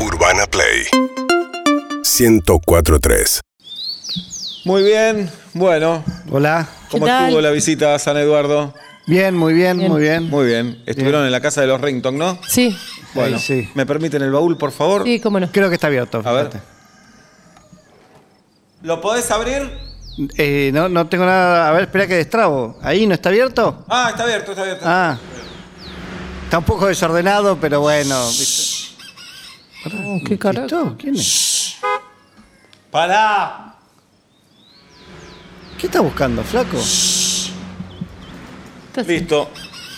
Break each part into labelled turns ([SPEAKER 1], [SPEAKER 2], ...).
[SPEAKER 1] Urbana Play 1043.
[SPEAKER 2] Muy bien, bueno,
[SPEAKER 3] Hola.
[SPEAKER 2] ¿cómo
[SPEAKER 4] tal?
[SPEAKER 2] estuvo la visita a San Eduardo?
[SPEAKER 3] Bien, muy bien, muy bien.
[SPEAKER 2] Muy bien, estuvieron en la casa de los Rington, ¿no?
[SPEAKER 4] Sí,
[SPEAKER 2] Bueno,
[SPEAKER 3] sí.
[SPEAKER 2] ¿me permiten el baúl, por favor?
[SPEAKER 4] sí, cómo no.
[SPEAKER 3] Creo que está abierto.
[SPEAKER 2] A ver.
[SPEAKER 3] fíjate.
[SPEAKER 2] ¿Lo podés abrir?
[SPEAKER 3] Eh, no, no tengo nada. A ver, espera que destrabo. ¿Ahí no está abierto?
[SPEAKER 2] Ah, está abierto, está abierto.
[SPEAKER 3] Ah. Está un poco desordenado, pero bueno. ¿viste?
[SPEAKER 4] Oh, ¿Qué carajo?
[SPEAKER 3] ¿Esto? ¿Quién es?
[SPEAKER 2] ¡Pará!
[SPEAKER 3] ¿Qué está buscando, flaco?
[SPEAKER 4] Estás-
[SPEAKER 2] Listo,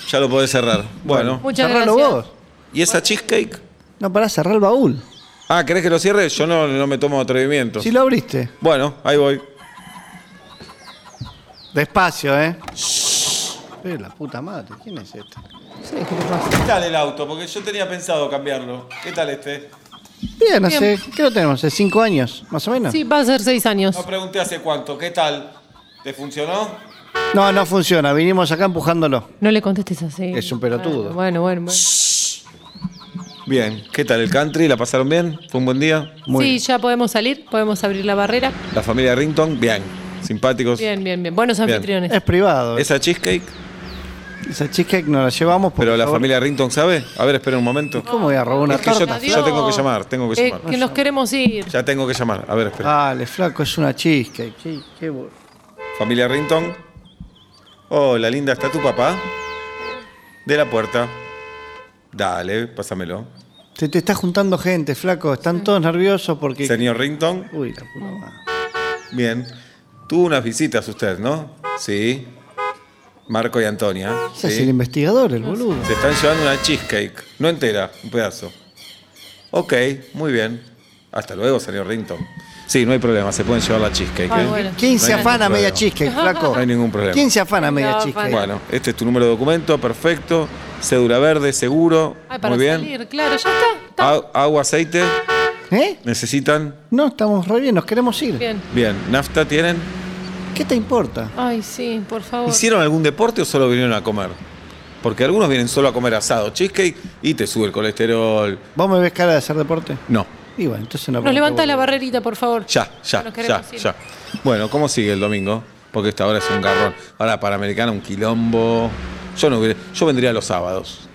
[SPEAKER 2] ya lo podés cerrar. Bueno,
[SPEAKER 4] Muchas
[SPEAKER 3] Cerralo
[SPEAKER 4] gracias.
[SPEAKER 3] vos.
[SPEAKER 2] ¿y esa cheesecake?
[SPEAKER 3] No, para cerrar el baúl.
[SPEAKER 2] Ah, ¿querés que lo cierre? Yo no, no me tomo atrevimientos.
[SPEAKER 3] Si lo abriste.
[SPEAKER 2] Bueno, ahí voy.
[SPEAKER 3] Despacio, ¿eh? Pero la puta madre, ¿quién es este?
[SPEAKER 4] Sí, ¿qué te pasa?
[SPEAKER 2] ¿Qué tal el auto? Porque yo tenía pensado cambiarlo. ¿Qué tal este?
[SPEAKER 3] Bien, hace.
[SPEAKER 4] Bien.
[SPEAKER 3] ¿Qué lo tenemos? ¿Hace cinco años? ¿Más o menos?
[SPEAKER 4] Sí, va a ser seis años.
[SPEAKER 2] No pregunté hace cuánto. ¿Qué tal? ¿Te funcionó?
[SPEAKER 3] No, no funciona. Vinimos acá empujándolo.
[SPEAKER 4] No le contestes así.
[SPEAKER 3] Es un pelotudo.
[SPEAKER 4] Bueno, bueno, bueno.
[SPEAKER 2] Bien, ¿qué tal el country? ¿La pasaron bien? ¿Fue un buen día?
[SPEAKER 3] Muy
[SPEAKER 4] sí,
[SPEAKER 3] bien.
[SPEAKER 4] ya podemos salir, podemos abrir la barrera.
[SPEAKER 2] La familia Rington, bien. Simpáticos.
[SPEAKER 4] Bien, bien, bien. Buenos
[SPEAKER 2] Bien.
[SPEAKER 4] anfitriones.
[SPEAKER 3] Es privado.
[SPEAKER 2] Esa cheesecake,
[SPEAKER 3] Esa cheesecake nos la llevamos por
[SPEAKER 2] pero la
[SPEAKER 3] favor.
[SPEAKER 2] familia Rington sabe. A ver, esperen un momento.
[SPEAKER 3] ¿Cómo voy a robar una
[SPEAKER 2] Es que yo-
[SPEAKER 3] torta?
[SPEAKER 4] Adiós.
[SPEAKER 2] yo tengo que llamar, tengo que
[SPEAKER 4] Eh,
[SPEAKER 2] llamar.
[SPEAKER 4] que nos queremos ir.
[SPEAKER 2] Ya tengo que llamar. A ver, esperen.
[SPEAKER 3] Dale, flaco, es una cheesecake. Qué, qué bo- Ah.
[SPEAKER 2] Familia Rington. Hola, linda, ¿está tu papá? De la puerta. Dale, pásamelo.
[SPEAKER 3] Te, te está juntando gente, flaco. Están todos nerviosos porque...
[SPEAKER 2] Señor Rington,
[SPEAKER 3] Uy, la puta madre.
[SPEAKER 2] bien. Tuvo unas visitas usted, ¿no? Sí. Marco y Antonia.
[SPEAKER 3] Ese es
[SPEAKER 2] Sí.
[SPEAKER 3] el investigador, el boludo.
[SPEAKER 2] Se están llevando una cheesecake, no entera, un pedazo. Ok, muy bien. Hasta luego, señor Rington. Sí, no hay problema, se pueden llevar la cheesecake.
[SPEAKER 4] Ah,
[SPEAKER 2] ¿eh?
[SPEAKER 4] bueno.
[SPEAKER 3] ¿Quién se
[SPEAKER 2] No hay
[SPEAKER 3] afana
[SPEAKER 2] ningún
[SPEAKER 3] media
[SPEAKER 2] problema.
[SPEAKER 3] cheesecake, flaco?
[SPEAKER 2] No hay ningún problema.
[SPEAKER 3] ¿Quién se afana media
[SPEAKER 4] No,
[SPEAKER 3] cheesecake?
[SPEAKER 4] fan.
[SPEAKER 2] Bueno, este es tu número de documento, perfecto. Cédula verde, seguro.
[SPEAKER 4] Ay, para
[SPEAKER 2] muy bien.
[SPEAKER 4] salir, claro, ya está. está.
[SPEAKER 2] Au- agua, aceite,
[SPEAKER 3] ¿Eh?
[SPEAKER 2] necesitan.
[SPEAKER 3] No, estamos re bien, nos queremos ir.
[SPEAKER 4] Bien.
[SPEAKER 2] Bien, nafta tienen.
[SPEAKER 3] ¿Qué te importa?
[SPEAKER 4] Ay, sí, por favor.
[SPEAKER 2] ¿Hicieron algún deporte o solo vinieron a comer? Porque algunos vienen solo a comer asado, cheesecake y te sube el colesterol.
[SPEAKER 3] ¿Vos me ves cara de hacer deporte?
[SPEAKER 2] No,
[SPEAKER 3] Y bueno, entonces no
[SPEAKER 4] Nos
[SPEAKER 3] pregunto,
[SPEAKER 4] levanta la
[SPEAKER 3] boludo.
[SPEAKER 4] barrerita, por favor.
[SPEAKER 2] Ya, ya, ya,
[SPEAKER 4] Nos queremos ir.
[SPEAKER 2] ya. Bueno, ¿cómo sigue el domingo? Porque esta hora es un garrón. Ahora para Americana un quilombo. Yo no hubiera- yo vendría los sábados.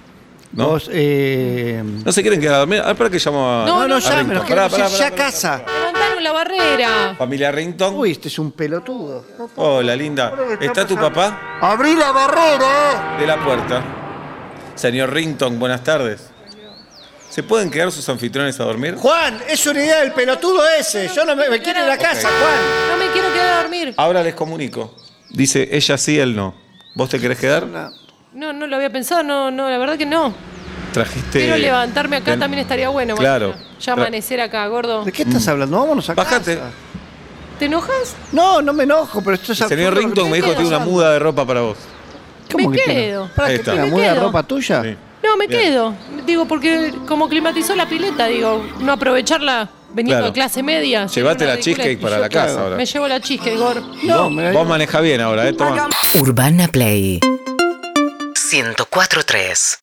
[SPEAKER 2] ¿No?
[SPEAKER 3] Vos, eh...
[SPEAKER 2] ¿No se quieren quedar a dormir? Ah, para que llamo a.
[SPEAKER 4] No,
[SPEAKER 3] No, no,
[SPEAKER 4] no,
[SPEAKER 3] ya,
[SPEAKER 2] Rington.
[SPEAKER 3] me nos
[SPEAKER 2] Pará,
[SPEAKER 3] queremos
[SPEAKER 2] pará,
[SPEAKER 3] ir ya
[SPEAKER 2] pará,
[SPEAKER 3] a
[SPEAKER 2] pará.
[SPEAKER 3] casa.
[SPEAKER 4] Levantaron la barrera.
[SPEAKER 2] Familia Rington.
[SPEAKER 3] Uy, este es un pelotudo.
[SPEAKER 2] Hola, linda. ¿Está tu papá?
[SPEAKER 3] ¡Abrí la barrera!
[SPEAKER 2] De la puerta. Señor Rington, buenas tardes. ¿Se pueden quedar sus anfitriones a dormir?
[SPEAKER 3] Juan, es una idea del pelotudo ese. Yo no me, me quiero ir a casa, Juan.
[SPEAKER 4] No me quiero quedar a dormir.
[SPEAKER 2] Ahora les comunico. Dice ella sí, él no. ¿Vos te querés quedar?
[SPEAKER 4] No, no lo había pensado, no, no, la verdad que no.
[SPEAKER 2] Trajiste.
[SPEAKER 4] Pero levantarme acá
[SPEAKER 2] Ten-
[SPEAKER 4] también estaría bueno.
[SPEAKER 2] Claro.
[SPEAKER 4] mañana. Ya
[SPEAKER 2] Tra-
[SPEAKER 4] amanecer acá, gordo.
[SPEAKER 3] ¿De qué estás hablando? Vámonos a
[SPEAKER 2] Bajate.
[SPEAKER 3] casa.
[SPEAKER 4] ¿Te enojas?
[SPEAKER 3] No, no me enojo, pero esto es
[SPEAKER 2] El señor
[SPEAKER 3] absurdo lo
[SPEAKER 2] Rington
[SPEAKER 3] que
[SPEAKER 2] me dijo
[SPEAKER 3] está
[SPEAKER 2] que tiene una
[SPEAKER 3] pasando.
[SPEAKER 2] muda de ropa para vos.
[SPEAKER 3] ¿Cómo
[SPEAKER 4] Me
[SPEAKER 3] que tiene?
[SPEAKER 4] quedo.
[SPEAKER 3] ¿Para
[SPEAKER 2] Ahí
[SPEAKER 3] que
[SPEAKER 2] está.
[SPEAKER 3] tiene
[SPEAKER 4] Me
[SPEAKER 3] una muda de
[SPEAKER 4] quedo.
[SPEAKER 3] ropa tuya?
[SPEAKER 2] Sí.
[SPEAKER 4] No, me
[SPEAKER 2] Bien.
[SPEAKER 4] quedo. Digo, porque como climatizó la pileta, digo, no aprovecharla viniendo
[SPEAKER 2] Claro.
[SPEAKER 4] de clase media. sería
[SPEAKER 2] Llevate
[SPEAKER 4] una
[SPEAKER 2] la cheesecake
[SPEAKER 4] ridiculez.
[SPEAKER 2] para la
[SPEAKER 3] Yo, claro,
[SPEAKER 2] casa ahora.
[SPEAKER 4] Me llevo la cheesecake, gordo.
[SPEAKER 3] No,
[SPEAKER 2] vos,
[SPEAKER 3] me da
[SPEAKER 2] vos
[SPEAKER 3] igual.
[SPEAKER 2] manejás bien ahora, eh, toma.
[SPEAKER 5] Urbana Play 1043